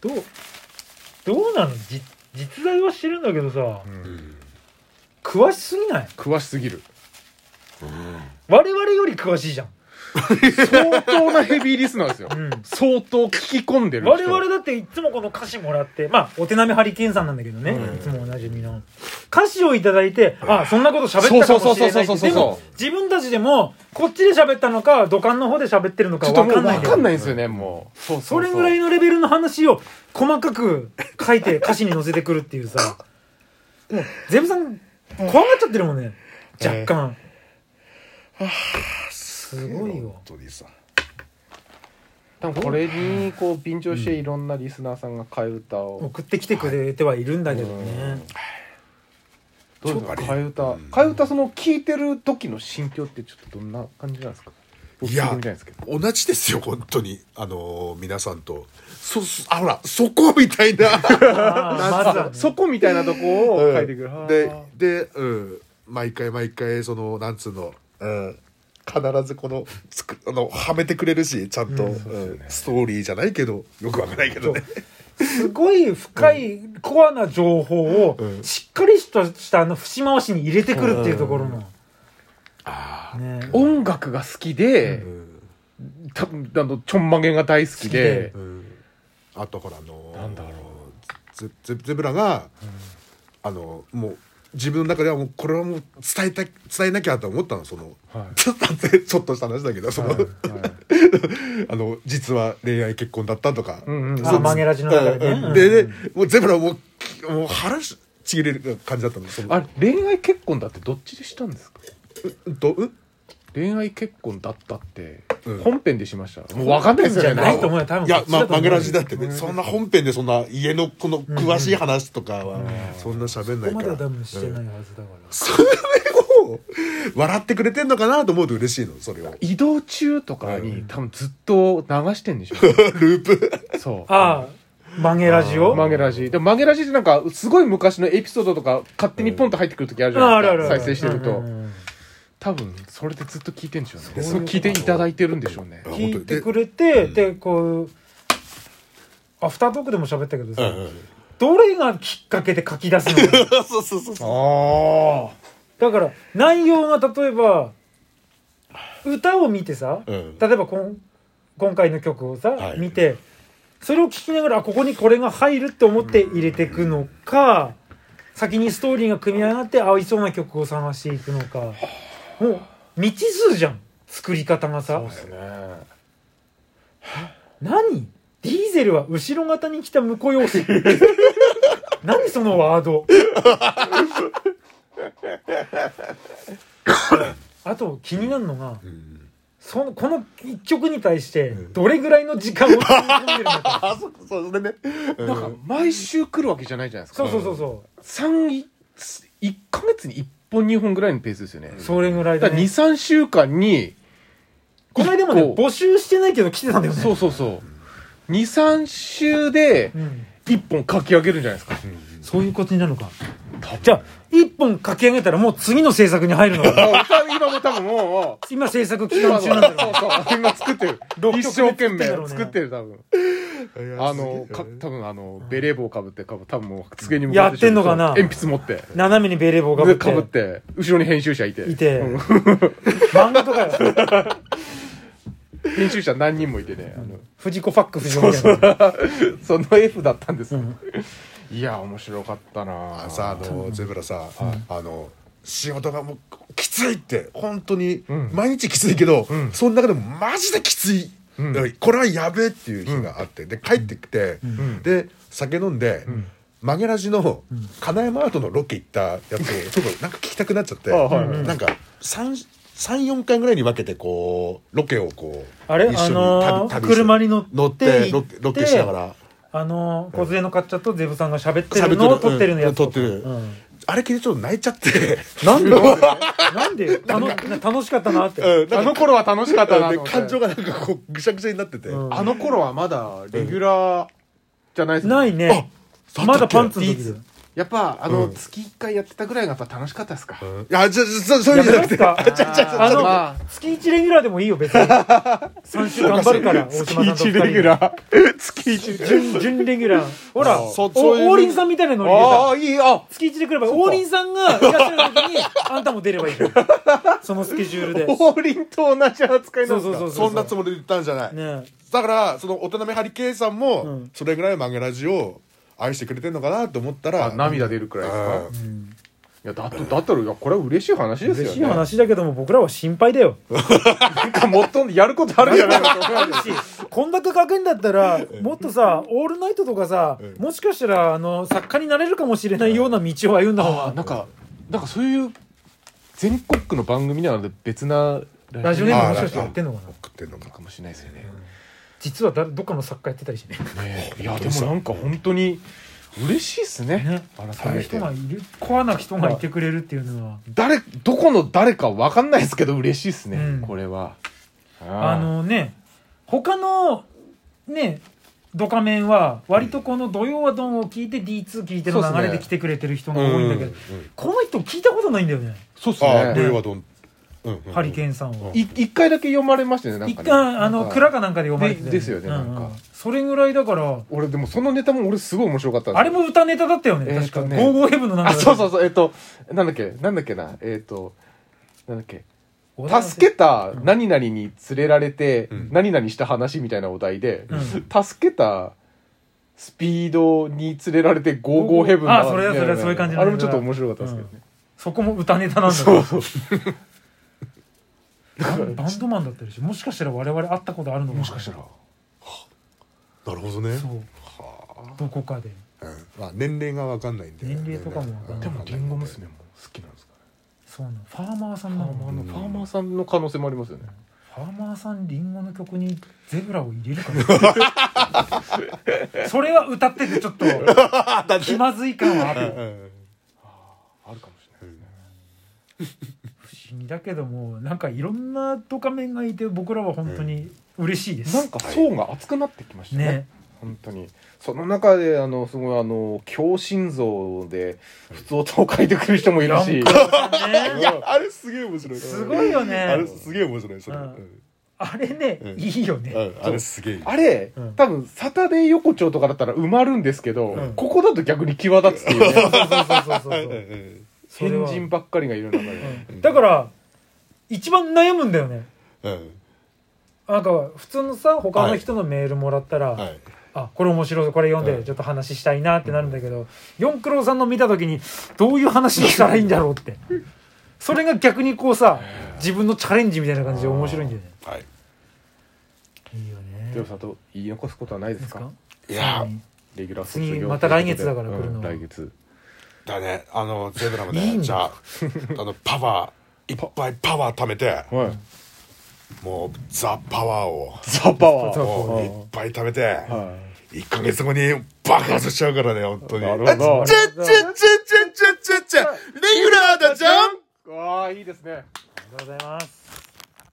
どうどうなのじ実在は知るんだけどさうん詳しすぎない詳しすぎる我々より詳しいじゃん、相当なヘビーリスナーですようん、相当聞き込んでる我人々だっていつもこの歌詞もらってまあお手並みハリケーンさんなんだけどね、うんいつもおなじみの歌詞をいただいて、あそんなこと喋ったそかもうそうしそうれそないうそうでも自分たちでもこっちで喋ったのか土管の方で喋ってるのちかょっと分もかうんない分んだかよんないんですよねもうそうそうれぐらいののレベルの話を細かく書い て歌詞に載せてくるっていうさもうゼブさん怖がっちゃってるもんね若干、すごいよ本当にさ多分これにこう便乗していろんなリスナーさんが替え歌を送ってきてくれてはいるんだけどね、どうですかちょっと替え歌うん替え歌その聴いてる時の心境ってちょっとどんな感じなんですか僕聞いいやてみたいんですけど同じですよ本当にあのー皆さんとそそあほらそこみた いなあーまずは、ね、そこみたいなとこを書いてくる、うんあーでで、うん、毎回毎回そのなんつうの、うん、必ずこのつくあのはめてくれるしちゃんと、うんうんそうですよねストーリーじゃないけどよくわかんないけどねすごい深いコアな情報をうんしっかりとしたあの節回しに入れてくるっていうところの、あね音楽が好きで、多分あのちょんまげが大好きでう、ん、あとほらあのーなんだろうゼゼゼブラが、あのもう自分の中ではもうこれはもう伝えたい伝えなきゃと思ったのそのはいちょっと待ってちょっとした話だけどその、はいはい あの実は恋愛結婚だったとか、うんうんあ曲げラジの中でねうんでねもうゼブラはもうきもう腹しちぎれる感じだったのそのあれ恋愛結婚だってどっちでしたんですかうんとうん恋愛結婚だったってうん本編でしました、もう分かんないです本編よねじゃないと思うよ多分いやそっちだと思うまよマグラジだってねそんな本編でそんな家のこの詳しい話とかはそんな喋んこなこまいかでらは多分してうんないはずだから、それを笑ってくれてんのかなと思うと嬉しいのそれを移動中とかに、うん多分ずっと流してんでしょ ループうそうああ曲げラジを曲げラジでも曲げラジってなんかすごい昔のエピソードとか勝手にポンと入ってくる時あるじゃないですか、再生してると、うんうんうん多分それでずっと聞いてんでしょうねそうそれ聞いていただいてるんでしょうねあ本当聞いにてでくれてんでこうアフタートークでも喋ったけどさ、うんうんどれがきっかけで書き出すのか そうそうそうそうあ だから内容が例えば歌を見てさ、うん例えばこん今回の曲をさ、はい見てそれを聞きながらあここにこれが入るって思って入れていくのか先にストーリーが組み上がって合いそうな曲を探していくのかもう未知数じゃん作り方がさそうですね何ディーゼルは後ろ型に来た婿養子何そのワードあと気になるのが、うんそのこの一曲に対してどれぐらいの時間を費やしてるのかあそうそうそれねうんなんか毎週来るわけじゃないじゃないですそかうそうそうそ三一1ヶ月に1本2本ぐらいのペースですよねうそれぐらいだ,、だからね、 23週間にこの間もね一個募集してないけど来てたんだよねそうそうそう23週でうん1本書き上げるんじゃないですかそういうことになるのかじゃあ一本書き上げたらもう次の制作に入るのか な今も多分もう今制作期今間も中そうなんだろうそう今作ってる六一曲生懸命作ってんだろうね作ってる多分いやあのかすげえ多分あのベレー帽かぶってかぶ多分もう机に向やってんのかな鉛筆持って斜めにベレー帽かぶがってかぶって後ろに編集者いていてうん漫画とかよ編集者何人もいてねあの藤子ファック藤子みたいなその F だったんです、うん いや面白かったなあさあのゼブラさ、あの仕事がもうきついって本当にん毎日きついけど、んその中でもマジできつい、うんだからこれはやべえっていう日があってで帰ってきて、んで酒飲んで、曲げラジの金山アートのロケ行ったやつをちょっとなんか聞きたくなっちゃって、あはいはいなんか34回ぐらいに分けてこうロケをこうあれ一緒に旅,、あのー旅して車に乗って乗ってロケ行ってロケしながらあのー小杖のカッチャとゼブさんが喋って喋るってるのを撮ってるのやつとかうん撮ってるうんあれ聞いてちょっと泣いちゃって。なんでなんで楽楽しかったなって、うんなんあかの頃は楽しかったなと思って感情がなんかこうぐしゃぐしゃになってて、うんあの頃はまだレギュラーじゃないですないねねあまだパンツの時ディでーやっぱあの、うん月1回やってたぐらいがやっぱ楽しかったですか、うんいやじゃそそうやいうめんじゃなまくすてかああのまあ月1レギュラーでもいいよ別に3週頑張るから大月島さんと二1人レギュラー月1準準レギュラーほらおそそういう王林さんみたいなノリでああさいいあ月1で来れば王林さんがいらっしゃる時にあんたも出ればいいのそのスケジュールで王林と同じ扱いなんですかそうそうそうそんなつもりで言ったんじゃない、ねだからその大人めハリケーンさんうもんそれぐらいマゲラジを愛してくれてるのかなと思ったらあ涙出るくらいですか、うんいやだってだったらいやこれは嬉しい話ですよね嬉しい話だけども僕らは心配だよなんかもっとんでやることあるんじゃないかと思うあるしこんだけ書くんだったらもっとさ「オールナイト」とかさんもしかしたらあの作家になれるかもしれないような道を歩んだ方あがなんかなんかそういう全国区の番組なので別なラジオネームあもしかしてやってんのかな送ってんのかかもしれないですよね,、実はだどっかの作家やってたりしてねねえいやでもなんか本当に嬉しいですねねそうい改うめ人てがいるコアな人がいてくれるっていうのは誰どこの誰かわかんないですけど嬉しいですね、うんこれはああのね他のねドカメンは割とこの「土曜はドン」を聞いて D2 聞いての流れで来てくれてる人が多いんだけど、この人聞いたことないんだよね、そうっすああね土ね曜はどんうんうんハリケーンさんは。い一回だけ読まれましたよねなん一かね回あのなんか蔵かなんかで読まれてたでですよねうんうんなんかそれぐらいだから俺でもそのネタも俺すごい面白かったんですよあれも歌ネタだったよね、えー確かと「ねゴーゴーヘブン」のなんかあそうそううそうえっ、となんだっけなんだっけなえっ、となんだっけ助助けた何々に連れられて、うん何々した話みたいなお題で、うん助けたスピードに連れられてゴーゴーヘブンだあそれだみたなそれそういう感じのあれもちょっと面白かったですけどね、そこも歌ネタなんだそうそうバンバンドマンだったりしもしかしたら我々会ったことあるのもしかしたらなるほどねそうどこかでうんまあ年齢がわかんないんで年齢とかもわかんないでもリンゴ娘も好きなんですかねそうなのファーマーさんフなァーのマーフのファーマーさんの可能性もありますよねァーマーさんリンゴの曲にゼブラを入れるか なそれは歌っててちょっと気まずい感はあるうあんるかもしれないですね不思議だけどもなんかいろんなドカメンがいて僕らは本当に嬉しいです、なんか層が厚くなってきましたねね本当にその中であのすごいあの強心臓で普通音を書いてくる人もいるしいねやあれすげえ面白いすごいよねあれすげえ面白いそれううんんあれね、うんいいよね、うんあれすげえあれ、うん多分サタデー横丁とかだったら埋まるんですけど、うんここだと逆に際立つっていうねそうそうそうそううそんううん それ変は人ばっかりがいる中で、うんだから一番悩むんだよねうんなんか普通のさ他の人のメールもらったら、はいあこれ面白いこれ読んはでいちょっと話したいなってなるんだけど、四四九郎さんの見た時にどういう話にしたらいいんだろうってそれが逆にこうさ自分のチャレンジみたいな感じで面白いんだよねはいいいよねでもさと言い残すことはないでですすかかい 네.やレギュラー卒業次また来月だから来るのうん来月だねあのゼブラまいいでのじゃああのパワーいっぱいパワー貯めてはい、もうザ・パワーをザパワーザもういっぱい貯めては1か月後に爆発しちゃうからね本当になるほどあちゃちゃちゃちゃちゃちゃちゃレギュラーだじゃんい、ああいいですねありがとうございます